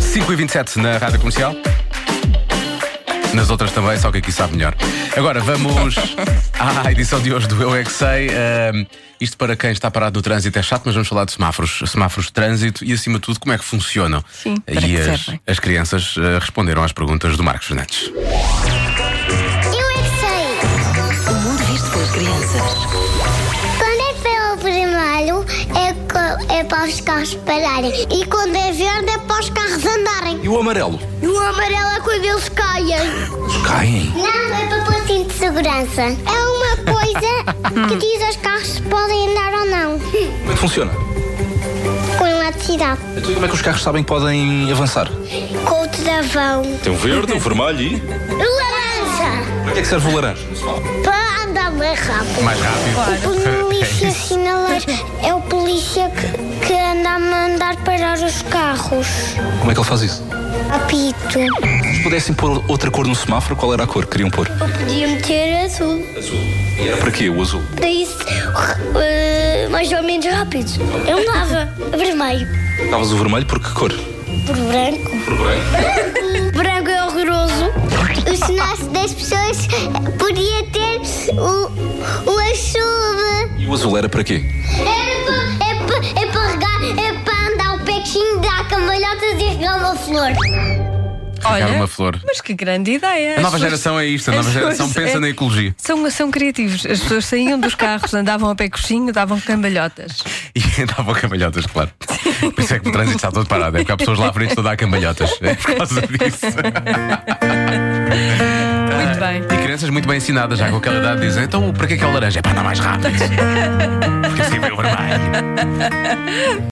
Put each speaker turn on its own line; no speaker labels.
5 e 27 na rádio comercial. Nas outras também, só que aqui sabe melhor. Agora vamos à edição de hoje do Eu é que Sei. Ahm, isto para quem está parado no trânsito é chato, mas vamos falar de semáforos, semáforos de trânsito e, acima de tudo, como é que funcionam.
Sim, para
e
que
as,
servem?
as crianças eh, responderam às perguntas do Marcos Fernandes.
Eu é que sei.
O mundo visto pelas crianças.
Quando é pelo vermelho é, co- é para os carros pararem. E quando é verde é para os carros andarem.
E o amarelo?
E o amarelo é quando eles caem.
Caem.
Não, é para pôr cinto de segurança. É uma coisa que diz aos carros se podem andar ou não.
Como é que funciona?
Com eletricidade.
Então, e como é que os carros sabem que podem avançar?
Com o travão.
Tem o verde, o vermelho e.
Laranja.
Para que é que serve o laranja?
Para andar mais rápido.
Mais rápido.
O polícia sinalar é o polícia que, que anda a mandar parar os carros.
Como é que ele faz isso?
Apito.
Se pudessem pôr outra cor no semáforo, qual era a cor que queriam pôr?
Eu podia meter azul.
Azul. E era para quê o azul?
Para isso, eh, mais ou menos rápido. Eu andava vermelho.
Davas o vermelho por que cor?
Por branco. Por branco. branco é horroroso. Os sinais das pessoas podia ter o, o açude.
E o azul era para quê?
É para é para regar, é para andar o pequinho, dar camalhotas e regar uma flor.
Olha,
uma flor.
mas que grande ideia.
A
As
nova
pessoas-
geração é isto, a
as
nova geração
pessoas-
pensa
é-
na ecologia.
São, são criativos. As pessoas saíam dos carros, andavam a pé coxinho, davam cambalhotas.
E é dava cambalhotas, claro. Por isso é que o trânsito está todo parado. É porque há pessoas lá à frente que estão a dar cambalhotas. É por causa disso. Ah.
Muito bem.
E crianças muito bem ensinadas, já com aquela idade, dizem: então para que é que é o laranja? É para andar mais rápido. Porque assim é o vermelho.